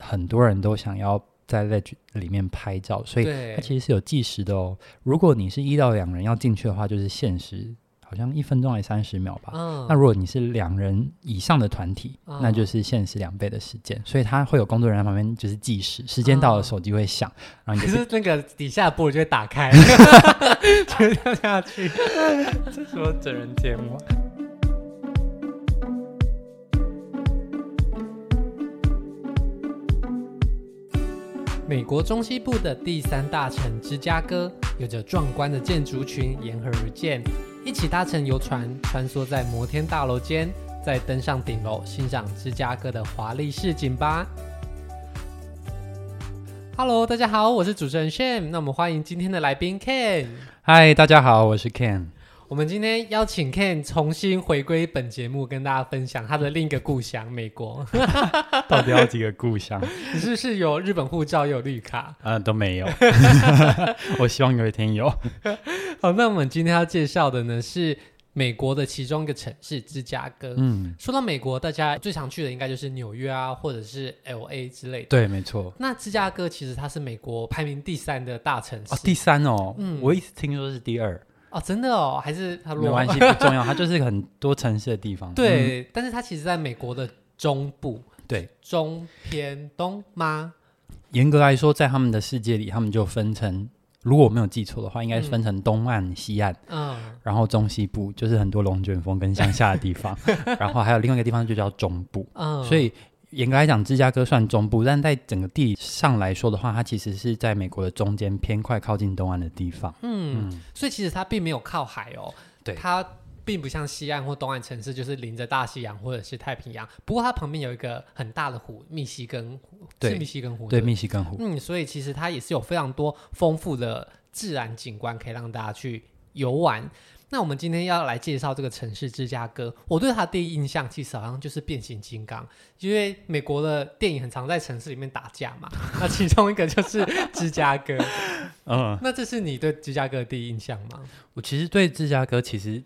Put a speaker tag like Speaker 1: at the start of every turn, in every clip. Speaker 1: 很多人都想要在 ledge 里面拍照，所以
Speaker 2: 对
Speaker 1: 它其实是有计时的哦。如果你是一到两人要进去的话，就是限时，好像一分钟还三十秒吧。
Speaker 2: 嗯
Speaker 1: 啊那如果你是两人以上的团体，
Speaker 2: 哦
Speaker 1: 那就是限时两倍的时间，所以它会有工作人员在旁边就是计时，时间到
Speaker 2: 哦
Speaker 1: 了手机会响，然 后
Speaker 2: 可
Speaker 1: 你就是
Speaker 2: 是那个底下的玻璃就会打 开， 全掉下去。这是我整人节目。美国中西部的第三大城芝加哥，有着壮观的建筑群沿河而建，一起搭乘游船穿梭在摩天大楼间，再登上顶楼欣赏芝加哥的华丽市景吧。Hello，大家好，我是主持人 Sham。那我们欢迎今天的来宾 Ken。
Speaker 1: 嗨，大家好，我是 Ken。
Speaker 2: 我们今天邀请 Ken 重新回归本节目，跟大家分享他的另一个故乡——美 国。
Speaker 1: 到底有几个故 乡？
Speaker 2: 你是不是有日本护照，也有绿卡？
Speaker 1: 呃，都没 有。我希望有一天有。
Speaker 2: 好，那我们今天要介绍的呢是美国的其中一个城市——芝加哥。
Speaker 1: 嗯，
Speaker 2: 说到美国，大家最常去的应该就是纽约啊，或者是 L A 之类的。
Speaker 1: 对，没错。
Speaker 2: 那芝加哥其实它是美国排名第三的大城市
Speaker 1: 哦，第三哦，
Speaker 2: 嗯
Speaker 1: 我一直听说是第二，
Speaker 2: 哦真的哦，还是它
Speaker 1: 没
Speaker 2: 落
Speaker 1: 关 系，不重要，它就是很多城市的地方。嗯，
Speaker 2: 对，但是它其实在美国的中部，
Speaker 1: 对，
Speaker 2: 中偏东吗？
Speaker 1: 严格来说，在他们的世界里，他们就分成，如果我没有记错的话，应该是分成东岸、西岸，
Speaker 2: 嗯，
Speaker 1: 然后中西部，就是很多龙卷风跟乡下的地 方，然后还有另外一个地方就叫中部。
Speaker 2: 嗯，
Speaker 1: 所以严格来讲，芝加哥算中部，但在整个地理上来说的话，它其实是在美国的中间偏快靠近东岸的地方。
Speaker 2: 嗯，所以其实它并没有靠海哦，
Speaker 1: 对
Speaker 2: 它并不像西岸或东岸城市，就是临着大西洋或者是太平洋。不过它旁边有一个很大的湖，密西根湖，
Speaker 1: 对
Speaker 2: 是密西根湖，
Speaker 1: 对，
Speaker 2: 不
Speaker 1: 密西根湖。
Speaker 2: 嗯，所以其实它也是有非常多丰富的自然景观可以让大家去游玩。那我们今天要来介绍这个城市芝加哥，我对它第一印象其实好像就是变形金刚，因为美国的电影很常在城市里面打架嘛，那其中一个就是芝加哥。
Speaker 1: 嗯，
Speaker 2: 那这是你对芝加哥的第一印象吗？
Speaker 1: 我其实对芝加哥其实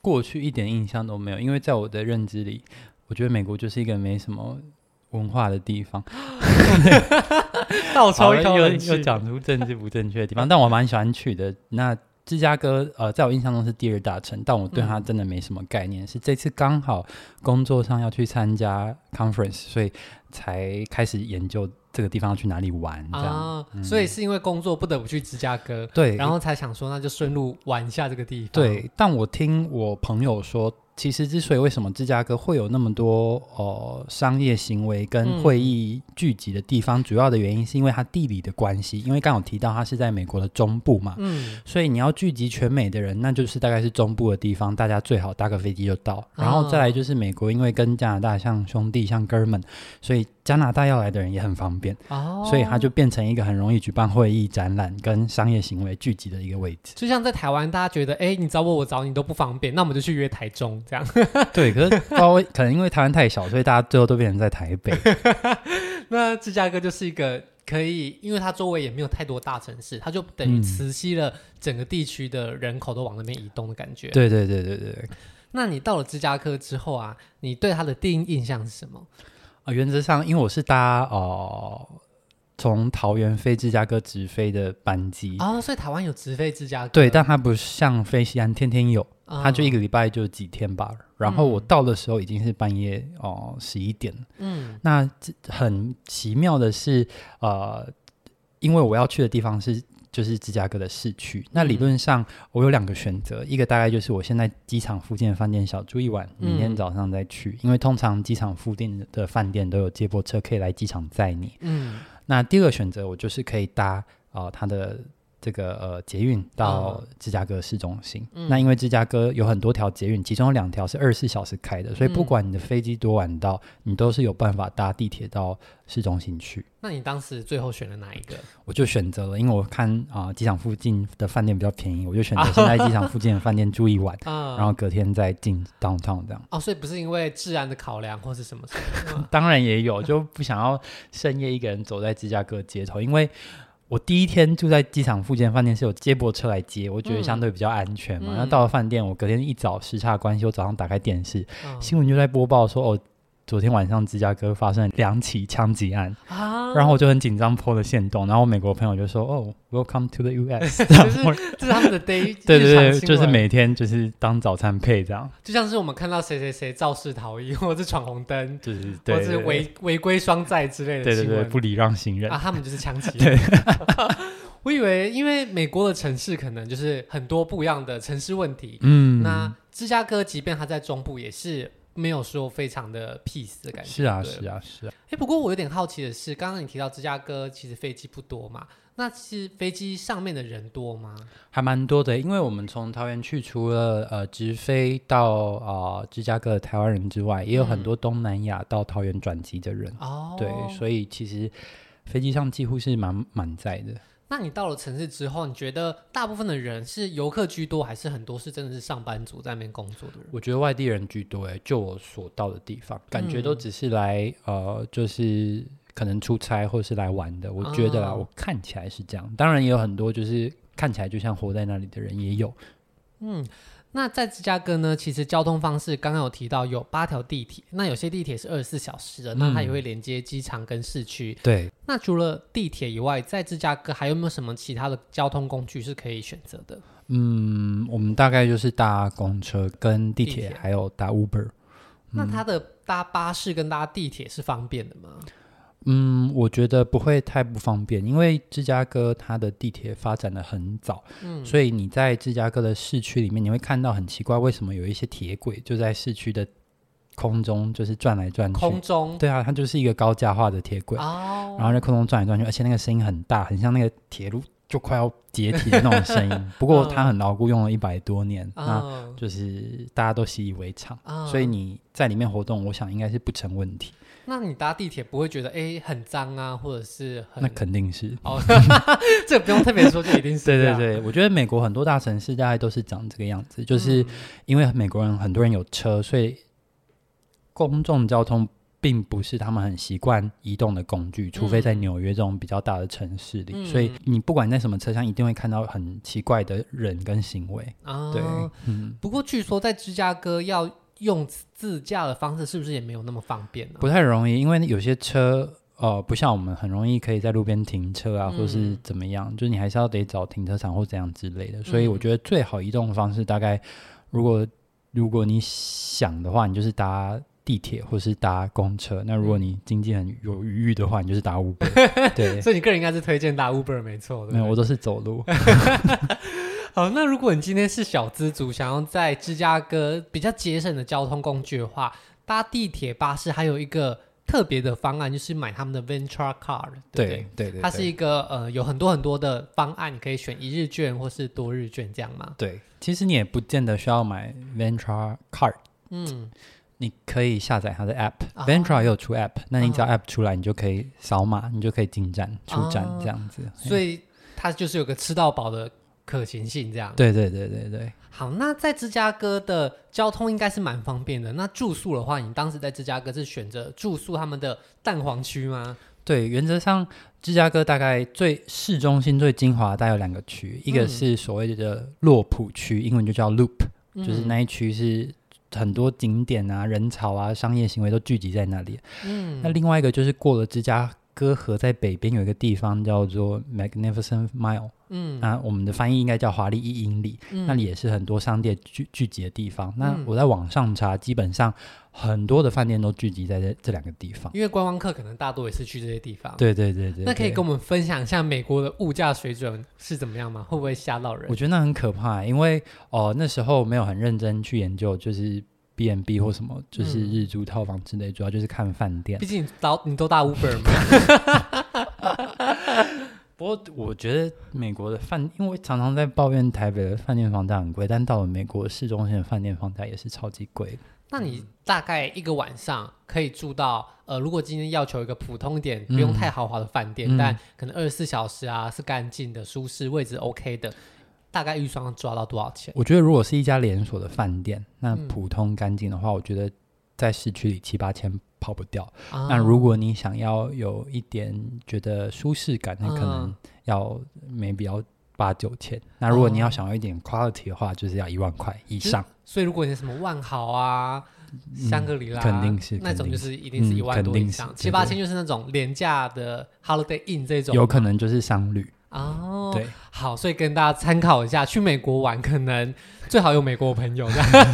Speaker 1: 过去一点印象都没有，因为在我的认知里，我觉得美国就是一个没什么文化的地方。
Speaker 2: 倒抽一
Speaker 1: 好
Speaker 2: 口
Speaker 1: 了又
Speaker 2: 冷气哦
Speaker 1: 又讲出政治不正确的地 方，但我蛮喜欢去的。那芝加哥，呃，在我印象中是第二大城，但我对
Speaker 2: 嗯
Speaker 1: 它真的没什么概念。是这次刚好工作上要去参加 conference，所以才开始研究这个地方要去哪里玩这样。
Speaker 2: 啊，所以是因为工作不得不去芝加哥，
Speaker 1: 嗯对，
Speaker 2: 然后才想说那就顺路玩一下这个地方。，
Speaker 1: 对，但我听我朋友说，其实之所以为什么芝加哥会有那么多呃商业行为
Speaker 2: 嗯
Speaker 1: 跟会议聚集的地方，主要的原因是因为它地理的关系，因为刚刚有提到它是在美国的中部嘛。
Speaker 2: 嗯，
Speaker 1: 所以你要聚集全美的人，那就是大概是中部的地方，大家最好搭个飞机就到。然后
Speaker 2: 嗯
Speaker 1: 再来就是美国，因为跟加拿大像兄弟像哥们，所以加拿大要来的人也很方便，
Speaker 2: 哦，
Speaker 1: 所以它就变成一个很容易举办会议、展览跟商业行为聚集的一个位置。
Speaker 2: 就像在台湾，大家觉得哎、你找我，我找你都不方便，那我们就去约台中这样。
Speaker 1: 对，可是稍微可能因为台湾太小，所以大家最后都变成在台北。
Speaker 2: 那芝加哥就是一个可以，因为它周围也没有太多大城市，它就等于
Speaker 1: 嗯
Speaker 2: 磁吸了整个地区的人口都往那边移动的感觉。
Speaker 1: 对对对对对对。
Speaker 2: 那你到了芝加哥之后啊，你对它的第一印象是什么？
Speaker 1: 呃，原则上，因为我是搭哦、呃从桃园飞芝加哥直飞的班机，
Speaker 2: 哦，所以台湾有直飞芝加哥，
Speaker 1: 对，但它不像飞西安天天有，
Speaker 2: 嗯
Speaker 1: 它就一个礼拜就几天吧。然后我到的时候已经是半夜哦十一点了。
Speaker 2: 嗯
Speaker 1: 那这很奇妙的是，呃，因为我要去的地方是就是芝加哥的市区。那理论上我有两个选择，一个大概就是我现在机场附近的饭店小住一晚，
Speaker 2: 嗯
Speaker 1: 明天早上再去，因为通常机场附近的饭店都有接驳车可以来机场载你。
Speaker 2: 嗯
Speaker 1: 那第二个选择我就是可以搭呃它的。这个呃捷运到芝加哥市中心，
Speaker 2: 哦嗯
Speaker 1: 那因为芝加哥有很多条捷运，其中有两条是二十四小时开的，所以不
Speaker 2: 嗯
Speaker 1: 管你的飞机多晚到，你都是有办法搭地铁到市中心去。
Speaker 2: 那你当时最后选了哪一个？
Speaker 1: 我就选择了，因为我看啊、机场附近的饭店比较便宜，我就 选择先在机场附近的饭店住一晚，
Speaker 2: 啊、
Speaker 1: 然后隔天再进 downtown 这样。
Speaker 2: 哦，所以不是因为治安的考量或是什么什么 的吗
Speaker 1: 当然也有，就不想要深夜一个人走在芝加哥街头，因为我第一天住在机场附近的饭店是有接驳车来接，我觉得相对比较安全嘛。
Speaker 2: 嗯
Speaker 1: 那到了饭店，我隔天一早时差的关系，我早上打开电视，
Speaker 2: 嗯
Speaker 1: 新闻就在播报说哦。昨天晚上芝加哥发生两起枪击案，
Speaker 2: 啊，
Speaker 1: 然后我就很紧张破了线洞，然后我美国朋友就说：“哦，Welcome to the U.S.”，
Speaker 2: 就是这是他们的 day，
Speaker 1: 对
Speaker 2: 日常
Speaker 1: 对对，
Speaker 2: 新
Speaker 1: 就是
Speaker 2: 闻
Speaker 1: 每天就是当早餐配这样，
Speaker 2: 就像是我们看到谁谁谁肇事逃逸，或者是闯红灯，
Speaker 1: 就是对对
Speaker 2: 或者是
Speaker 1: 对
Speaker 2: 违违规双载之类的
Speaker 1: 对对
Speaker 2: 新
Speaker 1: 对
Speaker 2: 闻
Speaker 1: 不礼让行人
Speaker 2: 啊，，他们就是枪击。
Speaker 1: 对
Speaker 2: 我以为因为美国的城市可能就是很多不一样的城市问题，
Speaker 1: 嗯，
Speaker 2: 那芝加哥即便它在中部也是。没有说非常的 peace 的感觉，
Speaker 1: 是啊
Speaker 2: 对
Speaker 1: 是啊是啊，
Speaker 2: 哎，不过我有点好奇的是，刚刚你提到芝加哥其实飞机不多嘛，那其实飞机上面的人多吗？
Speaker 1: 还蛮多的，因为我们从桃园去，除了呃直飞到啊、呃芝加哥的台湾人之外，也有很
Speaker 2: 嗯
Speaker 1: 多东南亚到桃园转机的人，
Speaker 2: 哦，
Speaker 1: 对，所以其实飞机上几乎是满满载的。
Speaker 2: 那你到了城市之后，你觉得大部分的人是游客居多，还是很多是真的是上班族在那边工作的人？
Speaker 1: 我觉得外地人居多诶，就我所到的地方，感觉
Speaker 2: 嗯
Speaker 1: 都只是来、呃，就是可能出差或是来玩的。我觉得啦，
Speaker 2: 哦
Speaker 1: 我看起来是这样，当然也有很多就是看起来就像活在那里的人也有。
Speaker 2: 那在芝加哥呢，其实交通方式刚刚有提到有八条地铁，那有些地铁是二十四小时的，那它也会连接机场跟市区。
Speaker 1: 对，
Speaker 2: 那除了地铁以外，在芝加哥还有没有什么其他的交通工具是可以选择的？
Speaker 1: 嗯，我们大概就是搭公车、跟地
Speaker 2: 地
Speaker 1: 铁，
Speaker 2: 铁
Speaker 1: 还有搭 Uber。
Speaker 2: 那它的搭巴士跟搭地铁是方便的吗？
Speaker 1: 嗯，我觉得不会太不方便，因为芝加哥它的地铁发展的很早，
Speaker 2: 嗯，
Speaker 1: 所以你在芝加哥的市区里面，你会看到很奇怪，为什么有一些铁轨就在市区的空中就是转来转去？
Speaker 2: 空中
Speaker 1: 对啊，它就是一个高架化的铁轨，
Speaker 2: 哦，
Speaker 1: 然后在空中转来转去，而且那个声音很大，很像那个铁路就快要解体的那种声 音。不
Speaker 2: 嗯
Speaker 1: 过它很牢固，用了一百多年，那
Speaker 2: 啊
Speaker 1: 就是大家都习以为常。
Speaker 2: 啊
Speaker 1: 所以你在里面活动，我想应该是不成问题。
Speaker 2: 那你搭地铁不会觉得哎很脏啊，或者是很
Speaker 1: 那肯定是。
Speaker 2: 哦， 这不用特别说，就一定是
Speaker 1: 对
Speaker 2: 这
Speaker 1: 对
Speaker 2: 样
Speaker 1: 对，我觉得美国很多大城市大概都是长这个样子，就是
Speaker 2: 嗯
Speaker 1: 因为美国人很多人有车，所以公众交通并不是他们很习惯移动的工具，除非在纽约这种比较大的城市里。
Speaker 2: 嗯
Speaker 1: 所以你不管在什么车厢，一定会看到很奇怪的人跟行为。
Speaker 2: 啊，
Speaker 1: 对，嗯，
Speaker 2: 不过据说在芝加哥要用自驾的方式，是不是也没有那么方便呢、
Speaker 1: 不太容易，因为有些车。呃，不像我们很容易可以在路边停车啊，
Speaker 2: 嗯
Speaker 1: 或是怎么样，就是你还是要得找停车场或怎样之类的。所以我
Speaker 2: 嗯
Speaker 1: 觉得最好移动的方式，大概如果如果你想的话，你就是搭地铁或是搭公车。那如
Speaker 2: 嗯
Speaker 1: 果你经济很有余裕的话，你就是搭 Uber。对，
Speaker 2: 所以你个人应该是推荐搭 Uber 没错，对
Speaker 1: 没有，
Speaker 2: 不
Speaker 1: 我
Speaker 2: 对？
Speaker 1: 都是走路。
Speaker 2: 好，那如果你今天是小资族，想要在芝加哥比较节省的交通工具的话，搭地铁、巴士还有一个特别的方案，就是买他们的 Venture Card，对不对？
Speaker 1: 对对对，
Speaker 2: 它是一个呃有很多很多的方案，你可以选一日券或是多日券这样吗？
Speaker 1: 对。其实你也不见得需要买 Ventra Card，
Speaker 2: 嗯，
Speaker 1: 你可以下载它的 app、
Speaker 2: 啊
Speaker 1: Ventra 也有出 app，那你只要
Speaker 2: 啊
Speaker 1: app 出来，你就可以扫码，你就可以进站、出站
Speaker 2: 啊
Speaker 1: 这样子。
Speaker 2: 所以它就是有个吃到饱的可行性这样。
Speaker 1: 对对对对对，
Speaker 2: 好，那在芝加哥的交通应该是蛮方便的。那住宿的话，你当时在芝加哥是选择住宿他们的蛋黄区吗？
Speaker 1: 对，原则上芝加哥大概最市中心最精华，大概有两个区，一个
Speaker 2: 嗯
Speaker 1: 是所谓的洛普区，英文就叫 Loop，、就是
Speaker 2: 嗯
Speaker 1: 那一区是很多景点啊、人潮啊、商业行为都聚集在那里。那
Speaker 2: 嗯
Speaker 1: 另外一个就是过了芝加哥河在北边有一个地方叫做 Magnificent Mile，
Speaker 2: 嗯
Speaker 1: 那我们的翻译应该叫华丽一英里。
Speaker 2: 嗯
Speaker 1: 啊那里也是很多商店聚聚集的地方。那
Speaker 2: 嗯
Speaker 1: 我在网上查，基本上很多的饭店都聚集在这这两个地方。
Speaker 2: 因为观光客可能大多也是去这些地方。，
Speaker 1: 对对对对
Speaker 2: 嗯那可以
Speaker 1: 对
Speaker 2: 跟我们分享一下美国的物价水准是怎么样吗？会不会吓到人
Speaker 1: 我？觉得那很可怕，因为哦、呃那时候没有很认真去研究，就是 B n B 或什么，就是
Speaker 2: 嗯
Speaker 1: 日租套房之类，主要就是看饭店
Speaker 2: 毕。竟你搭你都搭 Uber 嘛，
Speaker 1: 不过我觉得美国的饭，因为常常在抱怨台北的饭店房价很贵，但到了美国市中心的饭店房价也是超级贵的。
Speaker 2: 那你大概一个晚上可以住到呃，如果今天要求一个普通一点、不用太豪华的饭店，
Speaker 1: 嗯
Speaker 2: 但可能二十四小时啊是干净的、舒适、位置 OK 的，大概预算要抓到多少钱？
Speaker 1: 我觉得如果是一家连锁的饭店，那
Speaker 2: 嗯
Speaker 1: 普通干净的话，我觉得在市区里七八千跑不掉。
Speaker 2: 啊
Speaker 1: 那如果你想要有一点觉得舒适感，那可能
Speaker 2: 嗯
Speaker 1: 要 maybe 要八九千。那如果你要
Speaker 2: 哦
Speaker 1: 想要一点 quality 的话，就是要一万块以上。
Speaker 2: 所以如果你什么万豪啊、香格里拉
Speaker 1: 嗯肯定是
Speaker 2: 那
Speaker 1: 肯
Speaker 2: 种，
Speaker 1: 定
Speaker 2: 就是一定是
Speaker 1: 嗯
Speaker 2: 一万
Speaker 1: 肯
Speaker 2: 多
Speaker 1: 定
Speaker 2: 以
Speaker 1: 是
Speaker 2: 上，
Speaker 1: 对
Speaker 2: 七
Speaker 1: 对
Speaker 2: 八千就是那种廉价的 Holiday Inn 这种，
Speaker 1: 有可能就是商旅，
Speaker 2: 哦。
Speaker 1: 对，
Speaker 2: 好，所以跟大家参考一下，去美国玩可能最好有美国朋友这样。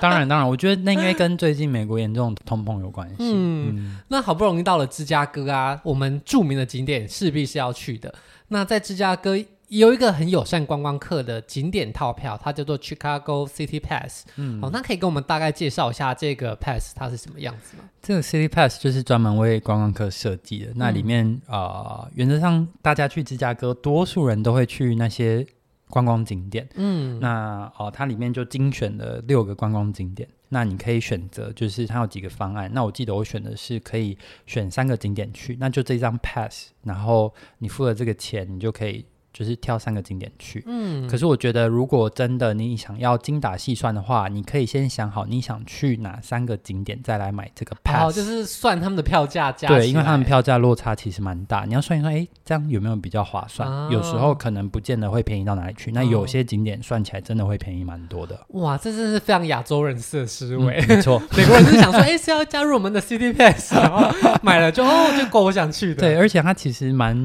Speaker 1: 当然当然，我觉得那 应该跟最近美国严重通膨有关系。
Speaker 2: 嗯，
Speaker 1: 嗯，
Speaker 2: 那好不容易到了芝加哥啊，我们著名的景点势必是要去的。那在芝加哥有一个很友善观光客的景点套票，它叫做 Chicago City Pass。嗯，好，那可以跟我们大概介绍一下这个 pass 它是什么样子吗？
Speaker 1: 这个 City Pass 就是专门为观光客设计的。那里面啊、呃原则上大家去芝加哥，多数人都会去那些观光景点。
Speaker 2: 嗯，
Speaker 1: 那哦，它里面就精选了六个观光景点。那你可以选择，就是它有几个方案。那我记得我选的是可以选三个景点去，那就这张 pass，然后你付了这个钱，你就可以就是挑三个景点去。
Speaker 2: 嗯
Speaker 1: 可是我觉得，如果真的你想要精打细算的话，你可以先想好你想去哪三个景点，再来买这个 pass。
Speaker 2: 好，哦就是算他们的票价加
Speaker 1: 对，
Speaker 2: 起
Speaker 1: 因为他们
Speaker 2: 来
Speaker 1: 票价落差其实蛮大，你要算一算，哎，这样有没有比较划算？
Speaker 2: 啊
Speaker 1: 有时候可能不见得会便宜到哪里去。那
Speaker 2: 哦
Speaker 1: 有些景点算起来真的会便宜蛮多的。
Speaker 2: 哇，这真是非常亚洲人士的思
Speaker 1: 嗯
Speaker 2: 维。
Speaker 1: 没错，
Speaker 2: 美国人就是想说，哎、是要加入我们的 City Pass，然后买了就哦，就够我想去的。
Speaker 1: 对，，而且它其实蛮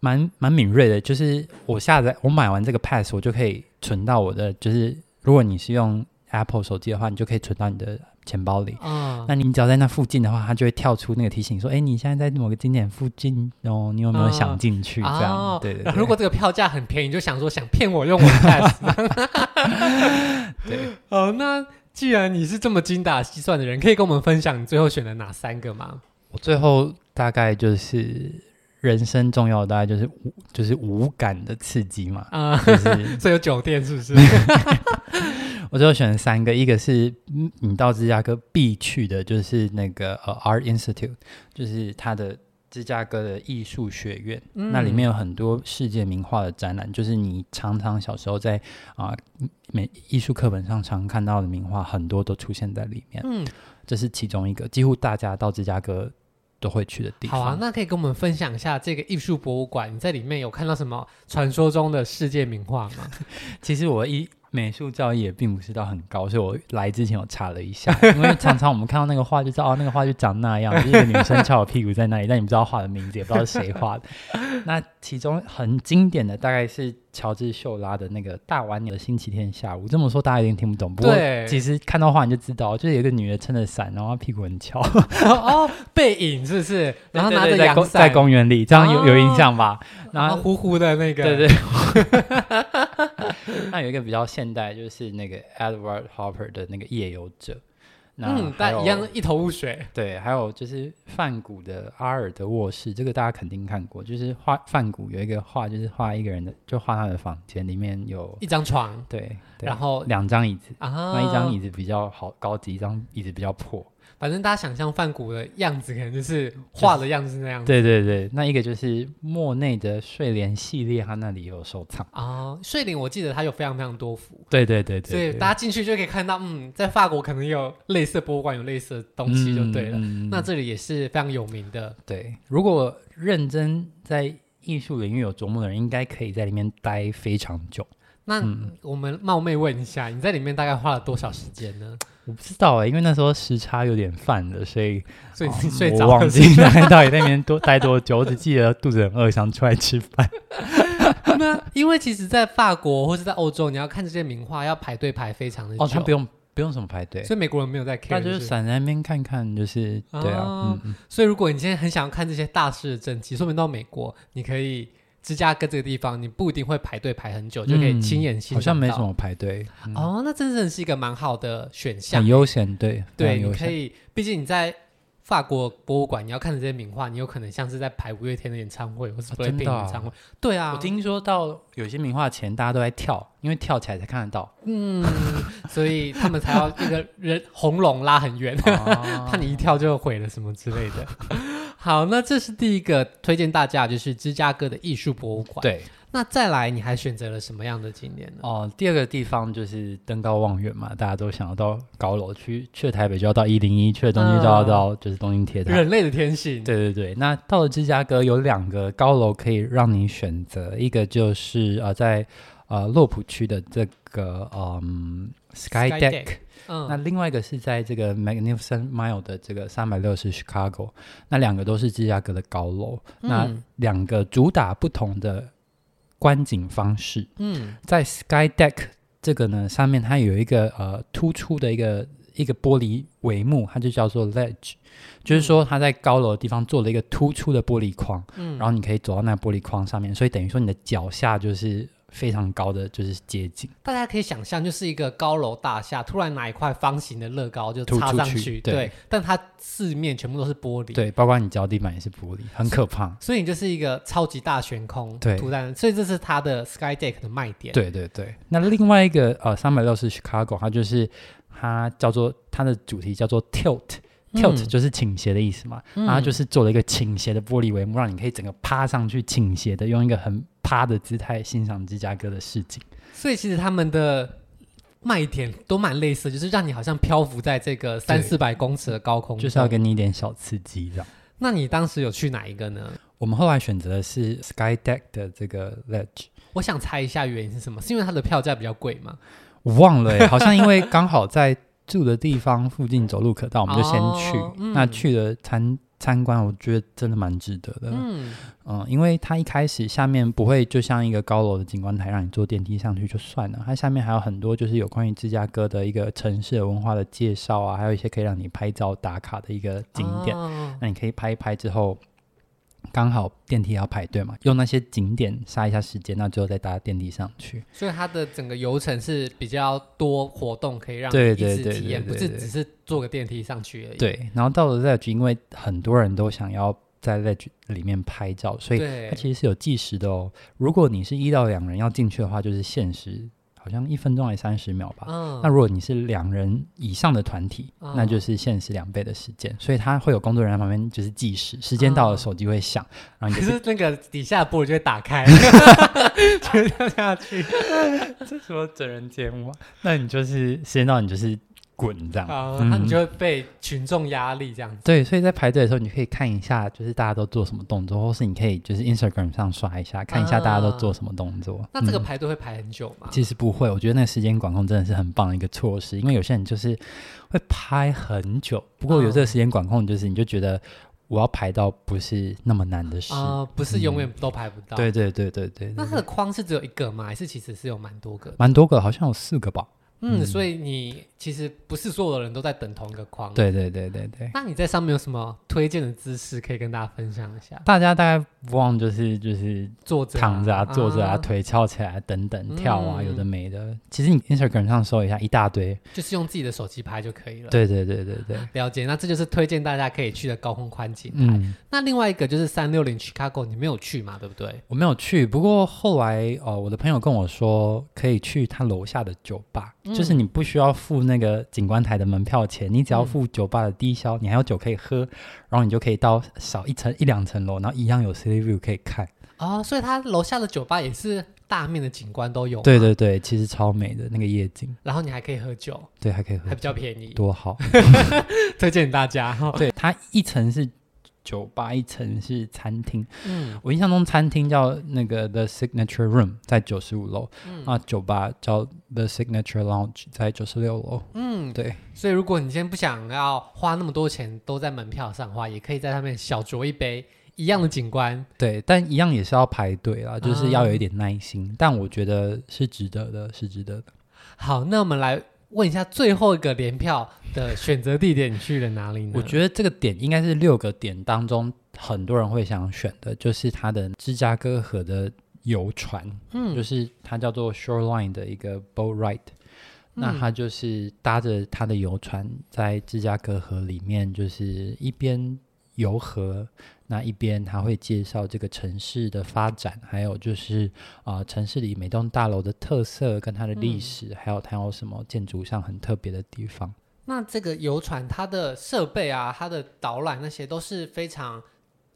Speaker 1: 蛮蛮敏锐的，就是我下载我买完这个 Pass，我就可以存到我的，就是如果你是用 Apple 手机的话，你就可以存到你的钱包里。
Speaker 2: 啊、
Speaker 1: 那你只要在那附近的话，它就会跳出那个提醒说：“哎，你现在在某个景点附近哦，你有没有
Speaker 2: 啊
Speaker 1: 想进去？”这样，
Speaker 2: 哦
Speaker 1: 对对
Speaker 2: 然
Speaker 1: 对。
Speaker 2: 后如果这个票价很便宜，你就想说想骗我用我的 pass。
Speaker 1: 对，
Speaker 2: 哦，那既然你是这么精打细算的人，可以跟我们分享你最后选了哪三个吗？
Speaker 1: 我最后大概就是人生重要的大概就是五就是五感的刺激嘛，
Speaker 2: 啊、
Speaker 1: 就是
Speaker 2: 所以有酒店是 不是？
Speaker 1: 我最后选了三个，一个是嗯你到芝加哥必去的，就是那个呃 Art Institute，就是它的芝加哥的艺术学院，
Speaker 2: 嗯
Speaker 1: 那里面有很多世界名画的展览，就是你常常小时候在啊、美艺术课本上常看到的名画，很多都出现在里面。
Speaker 2: 嗯，
Speaker 1: 这是其中一个，几乎大家到芝加哥都会去的地
Speaker 2: 好
Speaker 1: 方。
Speaker 2: 啊，那可以跟我们分享一下这个艺术博物馆，你在里面有看到什么传说中的世界名画 吗？
Speaker 1: 其实我一美术造诣也并不是到很高，所以我来之前我查了一下， 因为常常我们看到那个画就知道哦，那个画就长那样，就是一个女生翘着屁股在那里，但你不知道画的名字，也不知道是谁画的。那其中很经典的大概是乔治秀拉的那个《大晚鸟的星期天下午》，这么说大家一定听不懂，不过
Speaker 2: 对
Speaker 1: 其实看到画你就知道，就是有一个女的撑着伞，然后她屁股很翘，
Speaker 2: 哦，背影是不是？然后拿
Speaker 1: 对对对
Speaker 2: 着
Speaker 1: 在
Speaker 2: 阳
Speaker 1: 公
Speaker 2: 伞，
Speaker 1: 在公园里，这样有、有印象吧？
Speaker 2: 然
Speaker 1: 然
Speaker 2: 后
Speaker 1: 后
Speaker 2: 糊糊的那个，
Speaker 1: 对 对。那有一个比较现代，就是那个 Edward Hopper 的那个夜游者，那
Speaker 2: 嗯，
Speaker 1: 还有
Speaker 2: 但一样一头雾水。
Speaker 1: 对，还有就是梵谷的阿尔的卧室，这个大家肯定看过，就是画梵谷有一个画，就是画一个人的，就画他的房间里面有
Speaker 2: 一张床，
Speaker 1: 对，对
Speaker 2: 然后
Speaker 1: 两张椅子，
Speaker 2: 啊，
Speaker 1: 那一张椅子比较好高级，一张椅子比较破，
Speaker 2: 反正大家想象范谷的样子，可能就是画的样子是那样子
Speaker 1: 对对对，那一个就是莫内的睡莲系列，他那里也有收藏，
Speaker 2: 啊。睡莲我记得它有非常非常多幅，
Speaker 1: 对对对对
Speaker 2: 所以
Speaker 1: 对
Speaker 2: 大家进去就可以看到，嗯，在法国可能也有类似的博物馆，有类似的东西就对了。
Speaker 1: 嗯嗯嗯
Speaker 2: 那这里也是非常有名的，
Speaker 1: 对，如果认真在艺术领域有琢磨的人，应该可以在里面待非常久。
Speaker 2: 那
Speaker 1: 嗯
Speaker 2: 我们冒昧问一下，你在里面大概花了多少时间呢？
Speaker 1: 我不知道哎、因为那时候时差有点犯了，所 以
Speaker 2: 所以你
Speaker 1: 哦
Speaker 2: 睡
Speaker 1: 我
Speaker 2: 着了
Speaker 1: 忘
Speaker 2: 是
Speaker 1: 记大概到底在那 边多待多久，我只记得肚子很饿，想出来吃饭。
Speaker 2: 不是那 因为其实，在法国或是在欧洲，你要看这些名画要排队排非常的久，
Speaker 1: 哦，他不用不用什么排队，
Speaker 2: 所以美国人没有在 care，
Speaker 1: 那就是
Speaker 2: 不
Speaker 1: 散在那边看看，就是对啊，
Speaker 2: 哦
Speaker 1: 嗯嗯，
Speaker 2: 所以，如果你现在很想要看这些大师的政绩，说明到美国，你可以芝加哥这个地方，你不一定会排队排很久，就可以
Speaker 1: 嗯
Speaker 2: 亲眼
Speaker 1: 好
Speaker 2: 欣赏到。
Speaker 1: 像没什么排队，嗯
Speaker 2: 哦，那真的是一个蛮好的选项
Speaker 1: 很。悠闲，对非
Speaker 2: 对，
Speaker 1: 常
Speaker 2: 你
Speaker 1: 悠
Speaker 2: 可
Speaker 1: 闲。
Speaker 2: 以，毕竟你在法国博物馆，你要看这些名画，你有可能像是在排五月天的演唱会，或是
Speaker 1: 啊
Speaker 2: b l a
Speaker 1: 真
Speaker 2: c
Speaker 1: 的
Speaker 2: k
Speaker 1: 啊
Speaker 2: 演唱会。对啊，
Speaker 1: 我听说到有些名画前，大家都在跳，因为跳起来才看得到。
Speaker 2: 嗯，所以他们才要一个人红龙拉很 远。
Speaker 1: 哦
Speaker 2: 怕你一跳就毁了什么之 类的。好，那这是第一个推荐大家，就是芝加哥的艺术博物馆。
Speaker 1: 对，
Speaker 2: 那再来，你还选择了什么样的景点呢？
Speaker 1: 哦，第二个地方就是登高望远嘛，大家都想要到高楼去，去了台北就要到一零一，去了东京就要到
Speaker 2: 嗯
Speaker 1: 就是东京铁塔。
Speaker 2: 人类的天性，
Speaker 1: 对对对，那到了芝加哥有两个高楼可以让你选择，一个就是呃在呃洛普区的这个嗯 Sky
Speaker 2: Sky
Speaker 1: Deck
Speaker 2: Deck。
Speaker 1: 那
Speaker 2: 嗯，
Speaker 1: 另外一个是在这个 Magnificent Mile 的这个三百六十 Chicago，那两个都是芝加哥的高楼，那
Speaker 2: 嗯
Speaker 1: 两个主打不同的观景方式。
Speaker 2: 嗯
Speaker 1: 在 Sky Deck 这个呢上面，它有一个呃突出的一个一个玻璃帷幕，它就叫做 ledge，就是说它在高楼的地方做了一个突出的玻璃框，
Speaker 2: 嗯，
Speaker 1: 然后你可以走到那玻璃框上面，所以等于说你的脚下就是非常高的就是街景，
Speaker 2: 大家可以想象，就是一个高楼大厦，突然拿一块方形的乐高就
Speaker 1: 突
Speaker 2: 插
Speaker 1: 出
Speaker 2: 上
Speaker 1: 去对
Speaker 2: 对，但它四面全部都是玻璃，
Speaker 1: 对，包括你脚底板也是玻璃，很可怕。
Speaker 2: 所以你就是一个超级大悬空，
Speaker 1: 对
Speaker 2: 突然，所以这是它的 Sky Deck 的卖点，，
Speaker 1: 对对对，那另外一个呃三百六十 Chicago，它就是它叫做它的主题叫做 tilt。Tilt
Speaker 2: 嗯
Speaker 1: 就是倾斜的意思嘛，啊
Speaker 2: 嗯
Speaker 1: 然后它就是做了一个倾斜的玻璃帷幕，让你可以整个趴上去倾斜的，用一个很趴的姿态欣赏芝加哥的市景。
Speaker 2: 所以其实他们的卖点都蛮类似，就是让你好像漂浮在这个三四百公尺的高空中，
Speaker 1: 就是要给你一点小刺激，这样。
Speaker 2: 那你当时有去哪一个呢？
Speaker 1: 我们后来选择的是 Sky Deck 的这个 ledge，
Speaker 2: 我想猜一下原因是什么？是因为它的票价比较贵吗？
Speaker 1: 我忘了、欸，好像因为刚好在住的地方附近走路可到，我们就先 去。
Speaker 2: 哦嗯
Speaker 1: 那去了参参观，我觉得真的蛮值得的。
Speaker 2: 嗯，
Speaker 1: 嗯，因为它一开始下面不会就像一个高楼的景观台，让你坐电梯上去就算了，它下面还有很多就是有关于芝加哥的一个城市文化的介绍啊，还有一些可以让你拍照打卡的一个景点。
Speaker 2: 哦
Speaker 1: 那你可以拍一拍之后，刚好电梯要排队嘛，用那些景点杀一下时间，那最后再搭电梯上去。
Speaker 2: 所以它的整个游程是比较多活动可以让你
Speaker 1: 对
Speaker 2: 一
Speaker 1: 对
Speaker 2: 直
Speaker 1: 对
Speaker 2: 体
Speaker 1: 对
Speaker 2: 验，
Speaker 1: 对
Speaker 2: 不是
Speaker 1: 对
Speaker 2: 只是坐个电梯上去而已。
Speaker 1: 对，然后到了 Ledge，因为很多人都想要在 Ledge 里面拍照，所以
Speaker 2: 对
Speaker 1: 它其实是有计时的哦。如果你是一到两人要进去的话，就是限时，好像一分钟还三十秒吧。
Speaker 2: 嗯，
Speaker 1: 那如果你是两人以上的团体，
Speaker 2: 嗯
Speaker 1: 那就是限时两倍的时间，所以它会有工作人员在旁边就是计时，时间到了
Speaker 2: 嗯
Speaker 1: 手机会响，然后
Speaker 2: 可
Speaker 1: 你就是
Speaker 2: 那个底下的玻璃就会打 开，全掉下去
Speaker 1: 这什么整人节目、那你就是时间到你就是滚这样，
Speaker 2: 啊，
Speaker 1: 嗯
Speaker 2: 那你就会被群众压力这样子。
Speaker 1: 对，所以在排队的时候，你可以看一下，就是大家都做什么动作，或是你可以就是 Instagram 上刷一下，看一下大家都做什么动作。
Speaker 2: 啊那这个
Speaker 1: 嗯
Speaker 2: 排队会排很久吗？
Speaker 1: 其实不会，我觉得那个时间管控真的是很棒的一个措施，因为有些人就是会拍很久，不过有这个时间管控，就是你就觉得我要排到不是那么难的事。
Speaker 2: 啊，不是永远都排不到。
Speaker 1: 嗯对，对对对对
Speaker 2: 那
Speaker 1: 对，
Speaker 2: 它的框是只有一个吗？还是其实是有蛮多个的？
Speaker 1: 蛮多个，好像有四个吧。
Speaker 2: 嗯，所以你其实不是所有的人都在等同一个框。。
Speaker 1: 对对对对对。
Speaker 2: 那你在上面有什么推荐的姿势可以跟大家分享一下？
Speaker 1: 大家大概不忘就是就是
Speaker 2: 坐着、
Speaker 1: 躺着啊、坐着啊、腿翘起来等等跳啊，
Speaker 2: 嗯
Speaker 1: 有的没的。其实你 Instagram 上搜一下，一大堆。
Speaker 2: 就是用自己的手机拍就可以了。，
Speaker 1: 对哎对对对对，
Speaker 2: 了解。那这就是推荐大家可以去的高空宽景。
Speaker 1: 嗯，
Speaker 2: 那另外一个就是三六零 Chicago，你没有去嘛？对不对？
Speaker 1: 我没有去，不过后来哦、呃我的朋友跟我说可以去他楼下的酒吧，
Speaker 2: 嗯
Speaker 1: 就是你不需要付那个景观台的门票钱，你只要
Speaker 2: 嗯
Speaker 1: 付酒吧的低消，你还有酒可以喝，然后你就可以到少一层一两层楼，然后一样有 city view 可以看。
Speaker 2: 哦，所以它楼下的酒吧也是大面的景观都有。
Speaker 1: 对。对对，其实超美的那个夜景，
Speaker 2: 然后你还可以喝酒，
Speaker 1: 对，还可以喝
Speaker 2: 还，比较便宜，
Speaker 1: 多好。
Speaker 2: 推荐大家哈。
Speaker 1: 对，它一层是酒吧，一层是餐厅。
Speaker 2: 嗯
Speaker 1: 我印象中餐厅叫那个 The Signature Room，在九十五楼，
Speaker 2: 嗯
Speaker 1: 啊，酒吧叫 The Signature Lounge，在九十六楼。
Speaker 2: 嗯，
Speaker 1: 对，
Speaker 2: 所以如果你今天不想要花那么多钱都在门票上的话，也可以在上面小酌一杯，一样的景观。
Speaker 1: 对，但一样也是要排队啦，就是要有一点耐心。但我觉得是值得的，是值得的。
Speaker 2: 好，那我们来问一下最后一个联票的选择地点，你去了哪里呢？
Speaker 1: 我觉得这个点应该是六个点当中很多人会想选的，就是它的芝加哥河的游船，
Speaker 2: 嗯
Speaker 1: 就是它叫做 Shoreline 的一个 boat ride。那
Speaker 2: 嗯
Speaker 1: 他就是搭着他的游船在芝加哥河里面，就是一边游河，那一边他会介绍这个城市的发展，还有就是啊、呃城市里每栋大楼的特色跟它的历
Speaker 2: 嗯
Speaker 1: 史，还有它有什么建筑上很特别的地方。
Speaker 2: 那这个游船它的设备啊，它的导览那些都是非常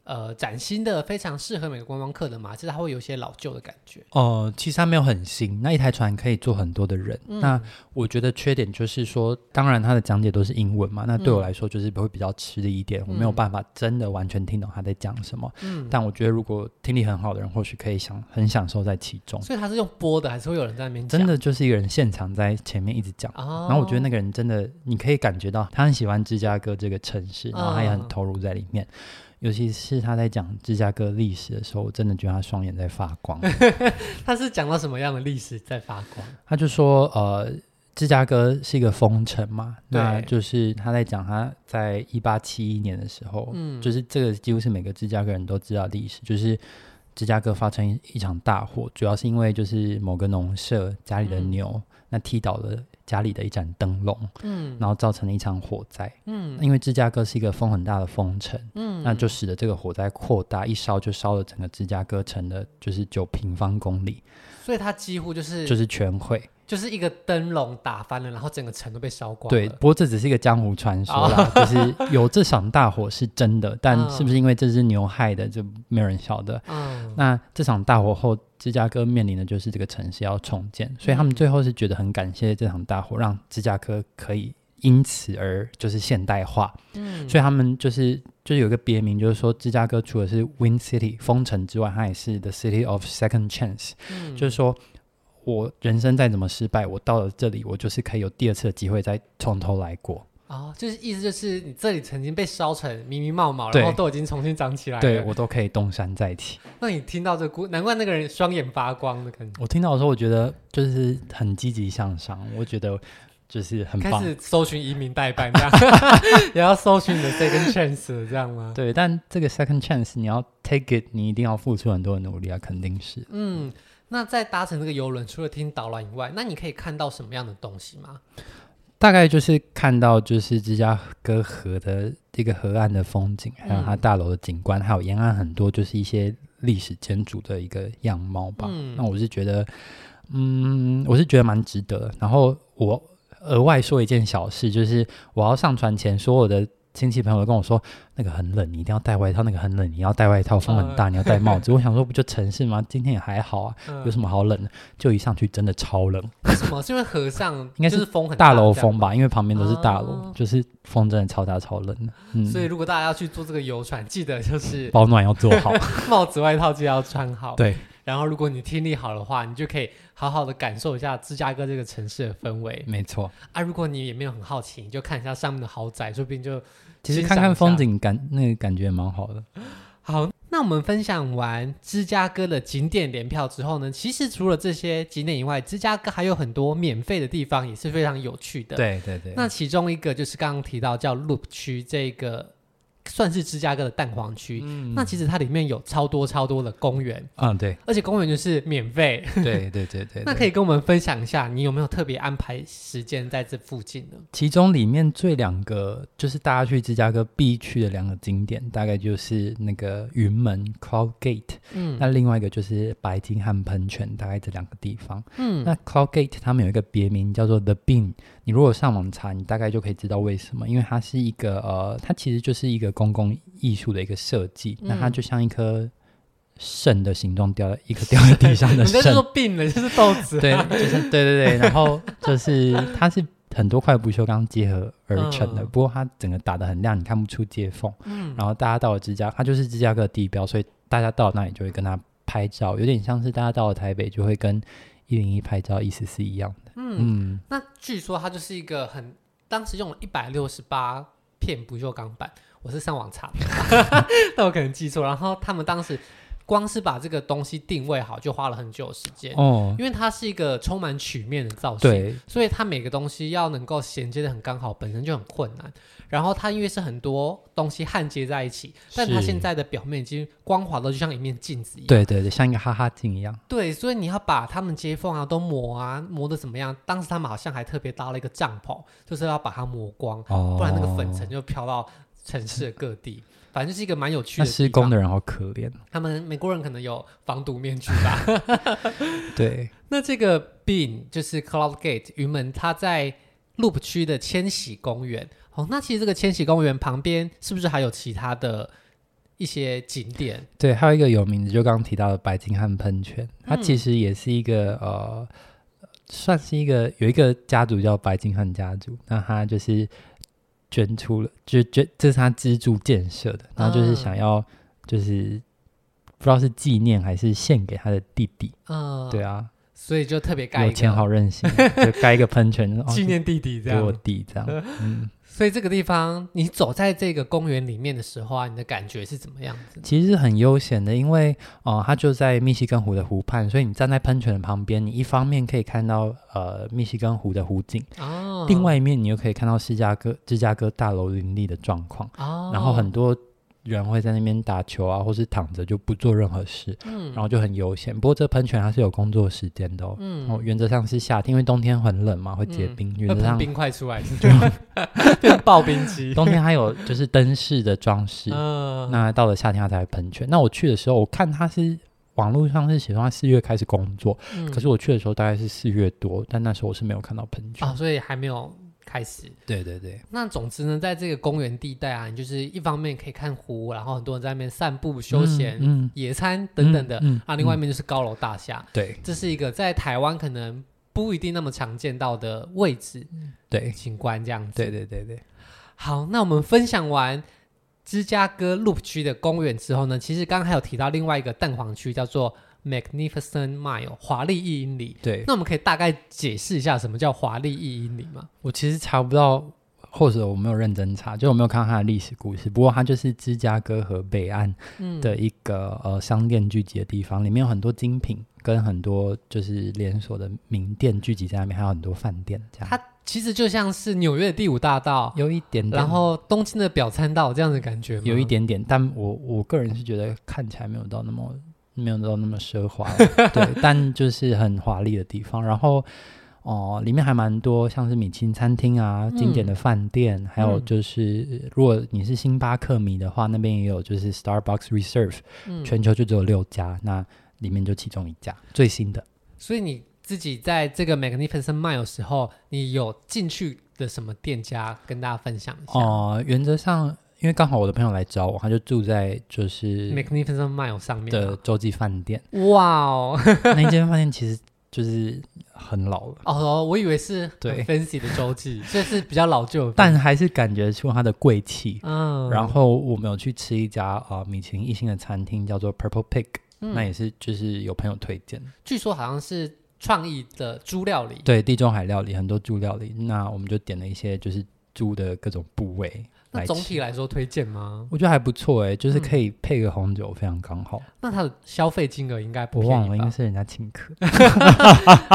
Speaker 2: 呃崭新的，非常适合每个观光客的嘛，其实它会有一些老旧的感觉。
Speaker 1: 哦、其实它没有很新，那一台船可以坐很多的人。
Speaker 2: 嗯
Speaker 1: 那我觉得缺点就是说，当然它的讲解都是英文嘛，那
Speaker 2: 嗯
Speaker 1: 对我来说就是会比较吃力一点，我没有办法真的完全听懂他在讲什么。
Speaker 2: 嗯，
Speaker 1: 但我觉得如果听力很好的人，或许可以享很享受在其中。
Speaker 2: 所以它是用播的，还是会有人在那边讲
Speaker 1: 真的就是一个人现场在前面一直讲，
Speaker 2: 哦
Speaker 1: 然后我觉得那个人真的，你可以感觉到他很喜欢芝加哥这个城市，
Speaker 2: 嗯
Speaker 1: 然后他也很投入在里面。尤其是他在讲芝加哥历史的时候，我真的觉得他双眼在发光。
Speaker 2: 它是讲到什么样的历史在发光？
Speaker 1: 他就说，呃，芝加哥是一个风城嘛，
Speaker 2: 对
Speaker 1: 那就是他在讲他在一八七一年的时候，
Speaker 2: 嗯
Speaker 1: 就是这个几乎是每个芝加哥人都知道的历史，就是芝加哥发生一一场大火，主要是因为就是某个农舍家里的
Speaker 2: 嗯
Speaker 1: 牛、那踢倒了家里的一盏灯笼，
Speaker 2: 嗯
Speaker 1: 然后造成了一场火灾。
Speaker 2: 嗯
Speaker 1: 因为芝加哥是一个风很大的风城，
Speaker 2: 嗯
Speaker 1: 那就使得这个火灾扩大，一烧就烧了整个芝加哥城的，就是九平方公里，
Speaker 2: 所以它几乎就是
Speaker 1: 就是全毁。
Speaker 2: 就是一个灯笼打翻了，然后整个城都被烧光
Speaker 1: 对，
Speaker 2: 了。哦
Speaker 1: 不过这只是一个江湖传说啦，就是有这场大火是真的，但
Speaker 2: 嗯
Speaker 1: 是不是因为这只牛害的，就没有人晓得。
Speaker 2: 嗯，
Speaker 1: 那这场大火后，芝加哥面临的就是这个城市要重建，所以他们最后是觉得很感谢这场大火，让芝加哥可以因此而就是现代化，
Speaker 2: 嗯
Speaker 1: 所以他们就是就是有一个别名，就是说芝加哥除了是 Win City 风城之外，它也是 The City of Second Chance，
Speaker 2: 嗯
Speaker 1: 就是说我人生再怎么失败，我到了这里，我就是可以有第二次的机会再从头来过。
Speaker 2: 哦，就是意思就是你这里曾经被烧成迷迷冒冒，
Speaker 1: 对
Speaker 2: 然后都已经重新长起来了。
Speaker 1: 对我都可以东山再起。
Speaker 2: 那你听到这故，难怪那个人双眼发光的感觉，
Speaker 1: 我听到的时候，我觉得就是很积极向上，我觉得就是很
Speaker 2: 开
Speaker 1: 棒。
Speaker 2: 始搜寻移民代 办这样，也要搜寻你的 second chance 了这样吗？
Speaker 1: 对，但这个 second chance 你要 take it，你一定要付出很多的努力啊，肯定是。
Speaker 2: 嗯，那在搭乘这个游轮，除了听导览以外，那你可以看到什么样的东西吗？
Speaker 1: 大概就是看到就是芝加哥河的这个河岸的风景，还有它
Speaker 2: 嗯
Speaker 1: 大楼的景观，还有沿岸很多就是一些历史建筑的一个样貌吧。
Speaker 2: 嗯
Speaker 1: 那我是觉得，嗯，我是觉得蛮值得的。然后我额外说一件小事，就是我要上船前，所有的亲戚朋友都跟我说，那个很冷，你一定要带外套；那个很冷，你要带外套，风很大，你要戴帽子。我想说，不就城市吗？今天也还好啊，
Speaker 2: 嗯
Speaker 1: 有什么好冷的？就一上去真的超冷。
Speaker 2: 为什么？是因为河上
Speaker 1: 应该
Speaker 2: 就是是风很
Speaker 1: 大
Speaker 2: 这
Speaker 1: 楼
Speaker 2: 样
Speaker 1: 风吧，因为旁边都是大楼，
Speaker 2: 哦
Speaker 1: 就是风真的超大超冷的。
Speaker 2: 所
Speaker 1: 嗯，
Speaker 2: 以如果大家要去坐这个游船，记得就是
Speaker 1: 保暖要做好。
Speaker 2: 帽子、外套记得要穿好。
Speaker 1: 对，
Speaker 2: 然后如果你听力好的话，你就可以好好的感受一下芝加哥这个城市的氛围
Speaker 1: 没错，
Speaker 2: 啊。如果你也没有很好奇，你就看一下上面的豪宅，说不定就
Speaker 1: 其实
Speaker 2: 欣
Speaker 1: 看
Speaker 2: 赏
Speaker 1: 看
Speaker 2: 一
Speaker 1: 风
Speaker 2: 下
Speaker 1: 景感，那个感觉也蛮好的。
Speaker 2: 好，那我们分享完芝加哥的景点联票之后呢，其实除了这些景点以外，芝加哥还有很多免费的地方，也是非常有趣的。，
Speaker 1: 对对对
Speaker 2: 那其中一个就是刚刚提到叫 Loop 区，这个算是芝加哥的蛋黄区。
Speaker 1: 嗯
Speaker 2: 那其实它里面有超多超多的公园，
Speaker 1: 嗯，对
Speaker 2: 而且公园就是免 费。
Speaker 1: 对对对对。
Speaker 2: 那可以跟我们分享一下，你有没有特别安排时间在这附近呢？
Speaker 1: 其中里面最两个就是大家去芝加哥必去的两个景点，大概就是那个云门 Cloud Gate，、
Speaker 2: 嗯
Speaker 1: 那另外一个就是白金汉喷泉，大概这两个地方。
Speaker 2: 嗯
Speaker 1: 那 Cloud Gate 他们有一个别名叫做 The Bean，你如果上网查，你大概就可以知道为什么，因为它是一个呃，它其实就是一个公共艺术的一个设计，那它
Speaker 2: 嗯
Speaker 1: 就像一颗肾的形状掉在一颗掉在地 上的
Speaker 2: 人家就
Speaker 1: 肾
Speaker 2: 说，病了，就是豆 子。
Speaker 1: 对，就是对对对，然后就是它是很多块不锈钢结合而成的，
Speaker 2: 嗯
Speaker 1: 不过它整个打得很亮，你看不出接缝。
Speaker 2: 嗯
Speaker 1: 然后大家到了芝加，它就是芝加哥的地标，所以大家到了那里就会跟它拍照，有点像是大家到了台北就会跟一零一拍照意思是一样的。
Speaker 2: 嗯，
Speaker 1: 嗯，
Speaker 2: 那据说它就是一个很，当时用了一百六十八片不锈钢板，我是上网查的， 但我可能记错。然后他们当时光是把这个东西定位好，就花了很久的时间，
Speaker 1: 哦，
Speaker 2: 因为它是一个充满曲面的造型。
Speaker 1: 对，
Speaker 2: 所以它每个东西要能够衔接的很刚好，本身就很困难。然后它因为是很多东西焊接在一起，但它
Speaker 1: 是
Speaker 2: 现在的表面已经光滑的就像一面镜子一样。
Speaker 1: 对对对，像一个哈哈镜一样。
Speaker 2: 对，所以你要把它们接缝啊都磨啊，磨的怎么样？当时他们好像还特别搭了一个帐篷，就是要把它磨光，
Speaker 1: 哦，
Speaker 2: 不然那个粉尘就飘到城市的各地。反正就是一个蛮有趣
Speaker 1: 那
Speaker 2: 的。
Speaker 1: 施工，的人好可怜。
Speaker 2: 他们美国人可能有防毒面具吧？
Speaker 1: 对，
Speaker 2: 那这个 Bean 就是 Cloud Gate 云门，它在 Loop 区的千禧公园。哦，那其实这个千禧公园旁边是不是还有其他的一些景点，
Speaker 1: 对，还有一个有名的，就刚刚提到的白金汉喷泉，它
Speaker 2: 嗯
Speaker 1: 其实也是一个、呃，算是一个有一个家族叫白金汉家族，那他就是捐出了，就捐这是他资助建设的，然后就是
Speaker 2: 啊
Speaker 1: 想要就是、不知道是纪念还是献给他的弟弟，
Speaker 2: 嗯，
Speaker 1: 对，啊，
Speaker 2: 所以就特别盖一
Speaker 1: 有
Speaker 2: 个
Speaker 1: 钱好任性，就盖一个喷 泉，哦
Speaker 2: 纪念弟弟这
Speaker 1: 给我
Speaker 2: 样。
Speaker 1: 弟这样，嗯。
Speaker 2: 所以这个地方，你走在这个公园里面的时候啊，你的感觉是怎么样子？
Speaker 1: 其实是很悠闲的，因为哦、呃它就在密西根湖的湖畔，所以你站在喷泉的旁边，你一方面可以看到呃密西根湖的湖景，
Speaker 2: 哦，
Speaker 1: 另外一面你又可以看到芝加哥芝加哥大楼林立的状况，
Speaker 2: 哦，
Speaker 1: 然后很多人会在那边打球啊，或是躺着就不做任何事，
Speaker 2: 嗯
Speaker 1: 然后就很悠闲。不过这喷泉它是有工作时间的哦。
Speaker 2: 嗯
Speaker 1: 哦，原则上是夏天，因为冬天很冷嘛，会结
Speaker 2: 嗯
Speaker 1: 冰。
Speaker 2: 会
Speaker 1: 原则
Speaker 2: 喷
Speaker 1: 上，
Speaker 2: 冰块出来，是不是 变刨冰 机。
Speaker 1: 冬天还有就是灯饰的装 饰，
Speaker 2: 嗯，
Speaker 1: 那到了夏天它才会喷泉。那我去的时候，我看它是网络上是写说它四月开始工作，
Speaker 2: 嗯
Speaker 1: 可是我去的时候大概是四月多，但那时候我是没有看到喷泉。嗯
Speaker 2: 啊，所以还没有开始。
Speaker 1: 对对对，
Speaker 2: 那总之呢，在这个公园地带啊，你就是一方面可以看湖，然后很多人在那边散步、休闲、
Speaker 1: 嗯
Speaker 2: 野餐等等的、
Speaker 1: 嗯
Speaker 2: 啊。另外一
Speaker 1: 嗯
Speaker 2: 面就是高楼大厦，
Speaker 1: 对
Speaker 2: 这是一个在台湾可能不一定那么常见到的位置
Speaker 1: 对
Speaker 2: 景观这样子。
Speaker 1: 对对对对，
Speaker 2: 好，那我们分享完芝加哥 Loop 区的公园之后呢，其实刚刚还有提到另外一个蛋黄区叫做 Magnificent Mile 华丽一英里。
Speaker 1: 对
Speaker 2: 那我们可以大概解释一下什么叫华丽一英里吗？
Speaker 1: 我其实查不到。或者我没有认真查，就我没有看到它的历史故事。不过它就是芝加哥河北岸
Speaker 2: 嗯，
Speaker 1: 的一个、呃商店聚集的地方，里面有很多精品跟很多就是连锁的名店聚集在那边，还有很多饭店这样。
Speaker 2: 它其实就像是纽约的第五大道，
Speaker 1: 有一点点，
Speaker 2: 然后东京的表参道这样的感觉吗，
Speaker 1: 有一点点，但我我个人是觉得看起来没有到那么没有到那么奢 华啦，对，但就是很华丽的地方。然后哦、里面还蛮多像是米其林餐厅啊、经典的饭店，还有
Speaker 2: 嗯
Speaker 1: 就是呃如果你是星巴克迷的话，那边也有就是 Starbucks Reserve，、
Speaker 2: 嗯，
Speaker 1: 全球就只有六家，那里面就其中一家最新的。
Speaker 2: 所以你自己在这个 Magnificent Mile 的时候，你有进去的什么店家跟大家分享一下、
Speaker 1: 哦、原则上因为刚好我的朋友来找我，他就住在就是
Speaker 2: Magnificent Mile 上面
Speaker 1: 的
Speaker 2: 吗
Speaker 1: 洲际饭店。
Speaker 2: 哇哦
Speaker 1: 那一间饭店其实就是很老了，
Speaker 2: 哦，我以为是很
Speaker 1: 对
Speaker 2: fancy 的洲际，所以是比较老旧的，
Speaker 1: 但还是感觉出它的贵气。
Speaker 2: 嗯，
Speaker 1: 然后我们有去吃一家啊、呃米其林一星的餐厅，叫做 Purple Pig，、
Speaker 2: 嗯
Speaker 1: 那也是就是有朋友推荐，
Speaker 2: 据说好像是创意的猪料理，
Speaker 1: 对地中海料理很多猪料理，那我们就点了一些就是猪的各种部位
Speaker 2: 那
Speaker 1: 来
Speaker 2: 总
Speaker 1: 吃
Speaker 2: 体。来说推荐吗？
Speaker 1: 我觉得还不错哎、就是可以配个红酒，非常刚好。
Speaker 2: 那它的消费金额应该不
Speaker 1: 我忘了，
Speaker 2: 便宜
Speaker 1: 应该
Speaker 2: 吧？
Speaker 1: 是人家请客。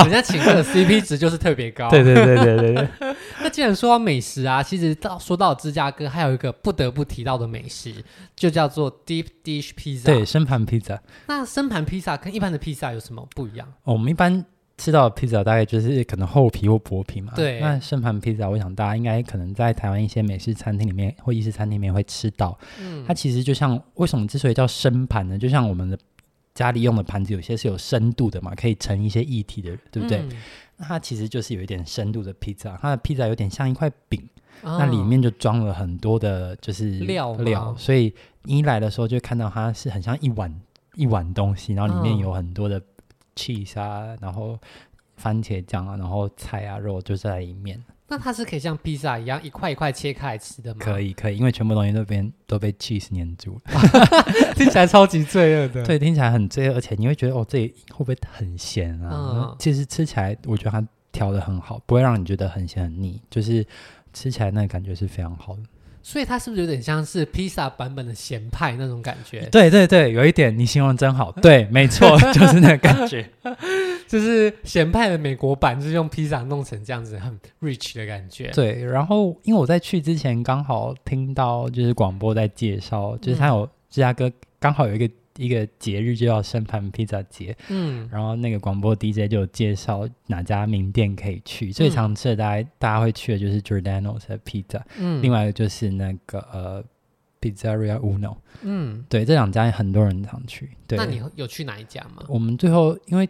Speaker 2: 人家请客的 CP 值就是特别 高。
Speaker 1: 对对对对对对，
Speaker 2: 那既然说到美食啊，其实到说到芝加哥，还有一个不得不提到的美食，就叫做 deep dish pizza。
Speaker 1: 对，生盘披萨，
Speaker 2: 那生盘披萨跟一般的披萨有什么不一样？
Speaker 1: 哦我们一般吃到的披萨大概就是可能厚皮或薄皮嘛。
Speaker 2: 对
Speaker 1: 那盛盘披萨，我想大家应该可能在台湾一些美式餐厅里面或意式餐厅里面会吃到。
Speaker 2: 嗯
Speaker 1: 它，其实就像为什么之所以叫生盘呢？就像我们的家里用的盘子，有些是有深度的嘛，可以盛一些液体的，对不对？
Speaker 2: 嗯？
Speaker 1: 那它其实就是有一点深度的披萨，它的披萨有点像一块饼，
Speaker 2: 那
Speaker 1: 那里面就装了很多的就是
Speaker 2: 哦料吗
Speaker 1: 料，所以你一来的时候就看到它是很像一碗一碗东西，然后里面
Speaker 2: 嗯
Speaker 1: 有很多的 cheese 啊，然后番茄酱啊，然后菜啊肉就在里面。
Speaker 2: 那它是可以像披萨一样一块一块切开来吃的吗？
Speaker 1: 可
Speaker 2: 以，
Speaker 1: 以可以，因为全部东西都被都被 cheese 粘住了，
Speaker 2: 听起来超级罪恶的。，
Speaker 1: 对，听起来很罪恶，而且你会觉得哦，这里会不会很咸啊？
Speaker 2: 嗯
Speaker 1: 其实吃起来，我觉得它调的很好，不会让你觉得很咸很腻，就是吃起来那个感觉是非常好的。
Speaker 2: 所以它是不是有点像是披萨版本的咸派那种感觉？
Speaker 1: 对对对，有一点你形容真好，
Speaker 2: 嗯
Speaker 1: 对，没错， 就是那个感觉。
Speaker 2: 就是咸派的美国版，就是用披萨弄成这样子很 rich 的感觉。
Speaker 1: 对，然后因为我在去之前刚好听到就是广播在介绍，就是
Speaker 2: 嗯
Speaker 1: 他有芝加哥刚好有一个一个节日就叫生盘披萨节，
Speaker 2: 嗯，
Speaker 1: 然后那个广播 DJ 就有介绍哪家名店可以去，最常吃的大家大家会去的就是 Giordano's 的 pizza，、
Speaker 2: 嗯
Speaker 1: 另外一个就是那个呃 Pizzeria Uno，
Speaker 2: 嗯，
Speaker 1: 对，这两家很多人常去。对，
Speaker 2: 那你有去哪一家吗？
Speaker 1: 我们最后因为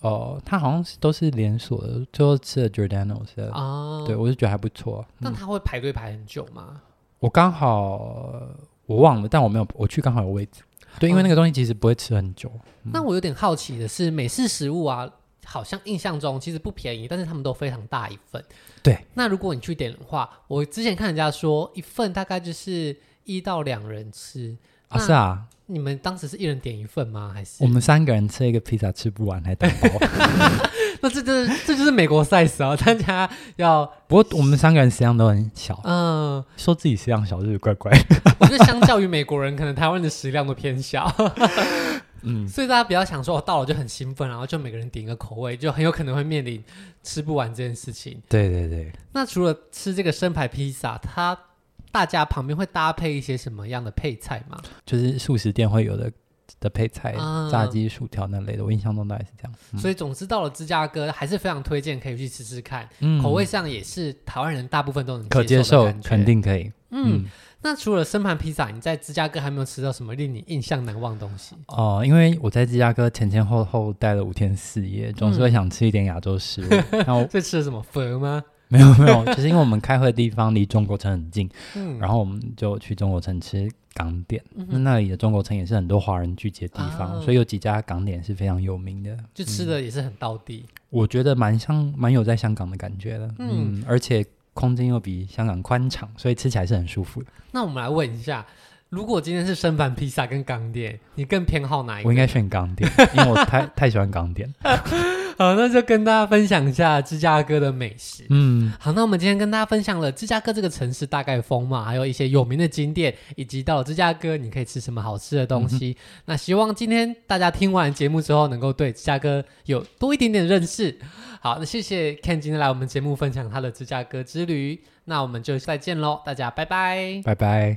Speaker 1: 哦，它好像是都是连锁的，最后吃了 Giordano's 的，
Speaker 2: 啊，
Speaker 1: 对我就觉得还不错。
Speaker 2: 那
Speaker 1: 嗯、
Speaker 2: 他会排队排很久吗？
Speaker 1: 我刚好我忘了，但我没有，我去刚好有位置。对，
Speaker 2: 哦
Speaker 1: 因为那个东西其实不会吃很久，
Speaker 2: 那我有点好奇的是，美式食物啊，好像印象中其实不便宜，但是他们都非常大一份。
Speaker 1: 对，
Speaker 2: 那如果你去点的话，我之前看人家说一份大概就是一到两人吃，
Speaker 1: 啊，
Speaker 2: 那
Speaker 1: 是啊，
Speaker 2: 你们当时是一人点一份吗？还是
Speaker 1: 我们三个人吃一个披萨吃不完还打 包。
Speaker 2: 那这这这就是美国 size 啊，大家 要
Speaker 1: 不过我们三个人食量都很小，
Speaker 2: 嗯、
Speaker 1: 说自己食量小就是怪怪。
Speaker 2: 我觉得相较于美国人，可能台湾的食量都偏小。
Speaker 1: 嗯，
Speaker 2: 所以大家不要想说，我、哦到了就很兴奋，然后就每个人点一个口味，就很有可能会面临吃不完这件事情。
Speaker 1: 对对对，
Speaker 2: 那除了吃这个生牌披萨，它大家旁边会搭配一些什么样的配菜吗？
Speaker 1: 就是素食店会有的的配菜，
Speaker 2: 啊
Speaker 1: 炸鸡、薯条那类的，我印象中大概是这样。嗯
Speaker 2: 所以总之到了芝加哥，还是非常推荐可以去吃吃看，
Speaker 1: 嗯
Speaker 2: 口味上也是台湾人大部分都能
Speaker 1: 可接
Speaker 2: 受
Speaker 1: 受
Speaker 2: 的感，觉
Speaker 1: 肯。定可以。
Speaker 2: 嗯，那除了生盘披萨，你在芝加哥还没有吃到什么令你印象难忘的东西？
Speaker 1: 哦、因为我在芝加哥前前后后待了五天四夜，总是会想吃一点亚洲食物。然后
Speaker 2: 这吃了什么粉吗？
Speaker 1: 没有没有，就是因为我们开会的地方离中国城很近，
Speaker 2: 嗯，
Speaker 1: 然后我们就去中国城吃港点。那那里的中国城也是很多华人聚集的地方，
Speaker 2: 啊
Speaker 1: 所以有几家港点是非常有名的。
Speaker 2: 就吃
Speaker 1: 嗯
Speaker 2: 的也是很到地。
Speaker 1: 我觉得蛮像蛮有在香港的感觉的，
Speaker 2: 嗯
Speaker 1: 嗯，而且空间又比香港宽敞，所以吃起来是很舒服的。
Speaker 2: 那我们来问一下，如果今天是生盘披萨跟港点，你更偏好哪一个？
Speaker 1: 我应该选港点，因为我太太喜欢港点。
Speaker 2: 好，那就跟大家分享一下芝加哥的美食。
Speaker 1: 嗯，
Speaker 2: 好，那我们今天跟大家分享了芝加哥这个城市大概风貌，还有一些有名的景点，以及到了芝加哥你可以吃什么好吃的东西。那希望今天大家听完节目之后，能够对芝加哥有多一点点认识。好，那谢谢 Ken 今天来我们节目分享他的芝加哥之旅。那我们就再见喽，大家拜拜。
Speaker 1: 拜拜。